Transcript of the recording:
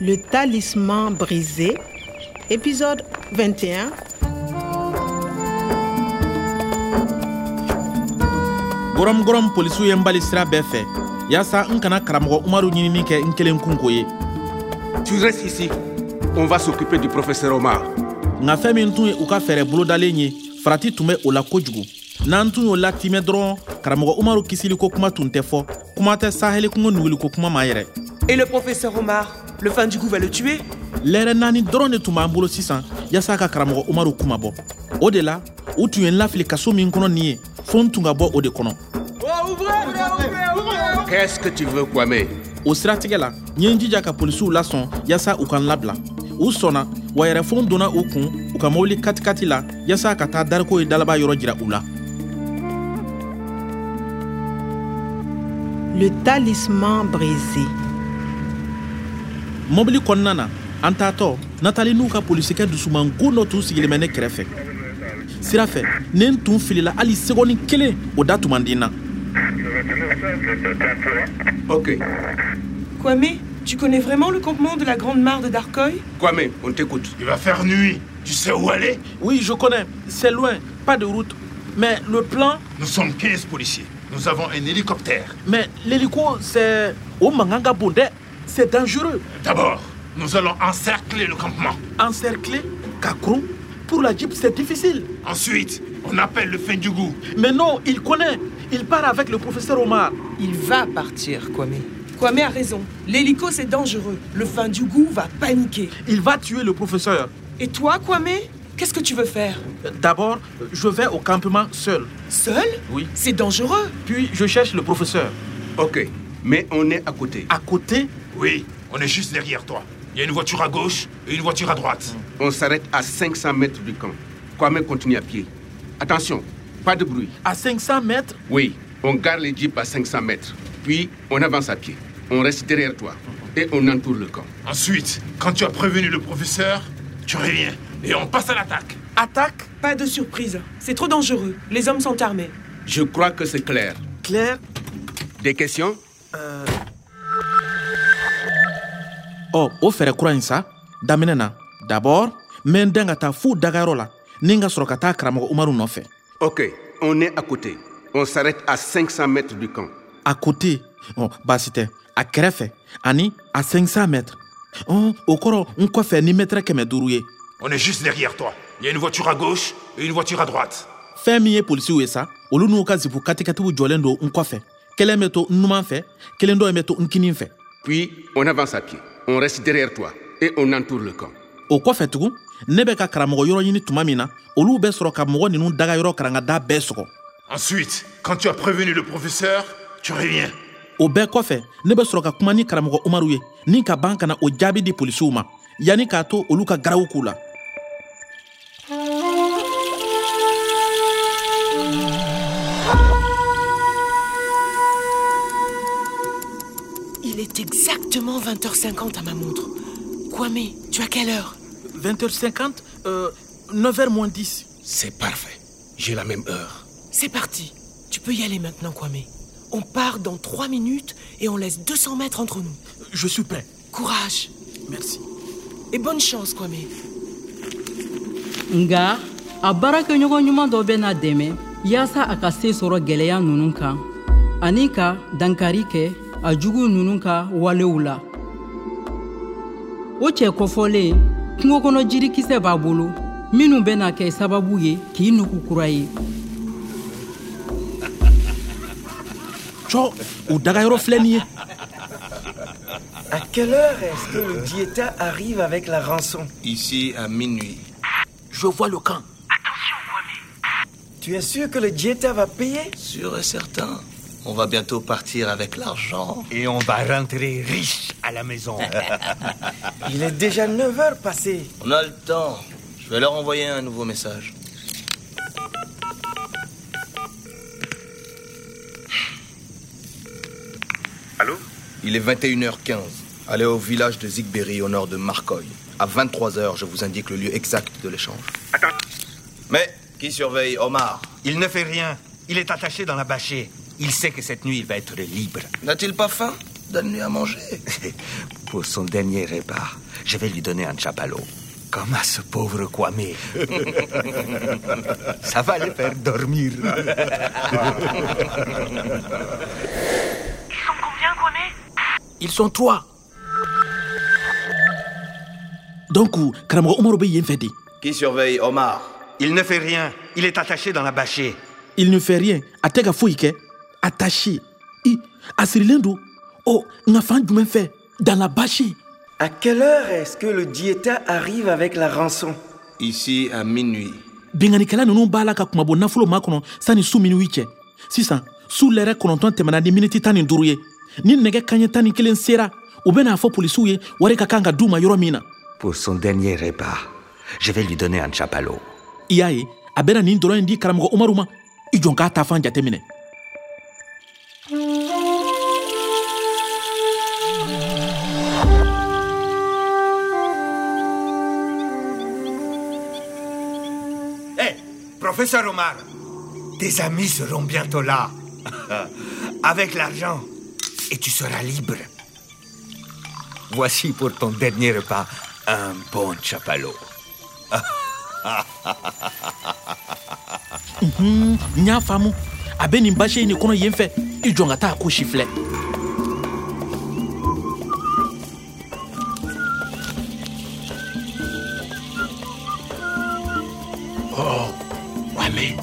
Le talisman brisé, épisode 21. gɔrɔmugɔrɔm polisiw ye n bali sira bɛɛ fɛ yaasa n kana karamɔgɔ umaru ɲinini kɛ n kelen kun ko ye Tu restes ici. On va s'occuper du professeur Omar. nka fɛn min tun ye u ka fɛɛrɛ bolodalen ye farati tun bɛ o la kojugu n'an tun y'o latimɛ dɔrɔn karamɔgɔ umaru kisiliko kuma tun tɛ fɔ kuma tɛ sahɛlikungo nuguliko kuma ma yɛrɛ Et le professeur Omar, le fin du goût va le tuer lɛrɛ naani dɔrɔn de tun b'an bolo sisan yaasa ka karamɔgɔ umaru kuma bɔ o de la u tun ye n lafili kaso min kɔnɔ nin ye fo n tun ka bɔ o de kɔnɔ Qu'est-ce que tu veux, Kwame o siratigɛ la n ye n jija ka polisiw lasɔn yaasa u ka n labila u sɔnna wa yɛrɛfɛnw donna u kun u ka mobili katikati la yaasa ka taa dariko ye dalaba yɔrɔ jira u la Le talisman brisé. mobili kɔnɔna na an taatɔ natali n'u ka polisikɛ dusumangon dɔ tun sigilen bɛ ne kɛrɛfɛ sira fɛ ne n tun filila hali segɔni kelen o da tun man di n na Ok. Kwame, tu connais vraiment le campement de la Grande Mare de Darkoy Kwame, on t'écoute. Il va faire nuit. Tu sais où aller oui je connais c'est loin pas de route mais le plan Nous sommes 15 policiers. Nous avons un hélicoptère. mais l'hélico c'est o mankan ka bon dɛ c'est dangereux D'abord, nous allons encercler le campement. encerclé ka koron pour la jeep c'est difficile Ensuite, on appelle le fin du goût. Mais non, il connaît. Il part avec le professeur Omar. Il va partir, Kwame. Kwame a raison. L'hélico, c'est dangereux. Le fin du goût va paniquer. Il va tuer le professeur. Et toi, Kwame Qu'est-ce que tu veux faire D'abord, je vais au campement seul. Seul Oui. C'est dangereux. Puis je cherche le professeur. Ok. Mais on est à côté. À côté, Oui, on est juste derrière toi. Il y a une voiture à gauche et une voiture à droite. On s'arrête à 500 mètres du camp. Kwame continue à pied. Attention, pas de bruit. à 500 mètres, Oui, on garde les jeeps à 500 mètres. Puis, on avance à pied. On reste derrière toi. Et on entoure le camp. Ensuite, quand tu as prévenu le professeur, tu reviens et on passe à l'attaque. attaque Pas de surprise. C'est trop dangereux. Les hommes sont armés. Je crois que c'est clair. Claire. Des questions Oh, au faire croire ça. Daminena. D'abord, mais ta fou dagarola. Ninga sorokata kramo Omaru nofe. Ok, on est à côté. On s'arrête à 500 mètres du camp. À côté. Oh, basite. À krefe. Ani, à 500 mètres. Oh, au coro, on quoi faire ni mètre que me dourouiller. On est juste derrière toi. Il y a une voiture à gauche et une voiture à droite. fɛn min ye polisiw ye sa olu n'u ka zipu katikatiw jɔlen don n kɔfɛ kelen bɛ to n numan fɛ kelen dɔ in bɛ to n kinin fɛ Puis, on avance à pied. On reste derrière toi et on entoure le camp. o kɔfɛ tugun ne bɛ ka karamɔgɔ yɔrɔ ɲini tuma min na olu bɛ sɔrɔ ka mɔgɔ ninnu daga yɔrɔ karangada bɛɛ sɔgɔ Ensuite, quand tu as prévenu le professeur, tu reviens. o bɛɛ kɔfɛ ne bɛ sɔrɔ ka kuma ni karamɔgɔ umaru ye ni ka ban kana o jaabi di polisiw ma yanni k'a to olu ka garaw k'u la Il est exactement 20h50 à ma montre. Kwame, tu as quelle heure 20h50 euh, 9h moins 10 C'est parfait. J'ai la même heure. C'est parti. Tu peux y aller maintenant, Kwame. On part dans 3 minutes et on laisse 200 mètres entre nous. je suis prêt Courage merci et bonne chance, Kwame. nga a baarakɛɲɔgɔn ɲuman dɔ bɛ na dɛmɛ yaasa a ka se sɔrɔ gwɛlɛya ninnu kan ani ka dankari kɛ a jugu ninnu ka walew la o cɛ kɔfɔlen kungo kɔnɔ jirikisɛ b'a bolo minnu bɛna kɛ sababu ye k'i nugu kura ye cɔ u dagayɔrɔ filɛ nin ye À quelle heure est-ce que le diéta arrive avec la rançon Ici à minuit. je vois le camp Tu es sûr que le diéta va payer Sûr et certain. On va bientôt partir avec l'argent. Et on va rentrer riche à la maison. Il est déjà 9 heures passées. On a le temps. Je vais leur envoyer un nouveau message. Il est 21h15. Allez au village de Zigberry au nord de Marcoy. À 23h, je vous indique le lieu exact de l'échange. Mais qui surveille Omar Il ne fait rien. Il est attaché dans la bâchée. Il sait que cette nuit, il va être libre. N'a-t-il pas faim donne-lui à manger. Pour son dernier repas, je vais lui donner un chapalot. Comme à ce pauvre Kwame. Ça va le faire dormir. Ils sont combien, Kwame Ils sont trois. donc karamɔgɔ umaru bɛ yen fɛ de Qui surveille Omar Il ne fait rien. Il est attaché dans la bâchée. il ne fait rien a tɛ ka foyi kɛ attaché i Oh, a sirilen don ɔ nka fan jumɛn fɛ dans la bâche À quelle heure est-ce que le diéta arrive avec la rançon Ici à minuit. binganikɛla ninnu b'a la ka kumabɔ nafolo ma kɔnɔ sani su minuwi cɛ sisan su lɛrɛ kɔnɔntɔn tɛmɛna ni miniti tan ni duuru ye ni nɛgɛ kaɲɛ tan ni kelen sera u bɛn'a fɔ polisiw ye wari ka kan ka d'u ma yɔrɔ min na Pour son dernier repas, je vais lui donner un chapalot. i y'a ye a bɛna nin dɔrɔn in di karamɔgɔ umaru ma i jɔn k'a ta fan jate minɛ Hé, Eh, professeur Omar, tes amis seront bientôt là. Avec l'argent, et tu seras libre. Voici pour ton dernier repas un bon chapalot. hun n y'a faamu a bɛ nin basi in de kɔnɔ yen fɛ i jɔn ka taa ko si filɛ Ouais, mais Oh,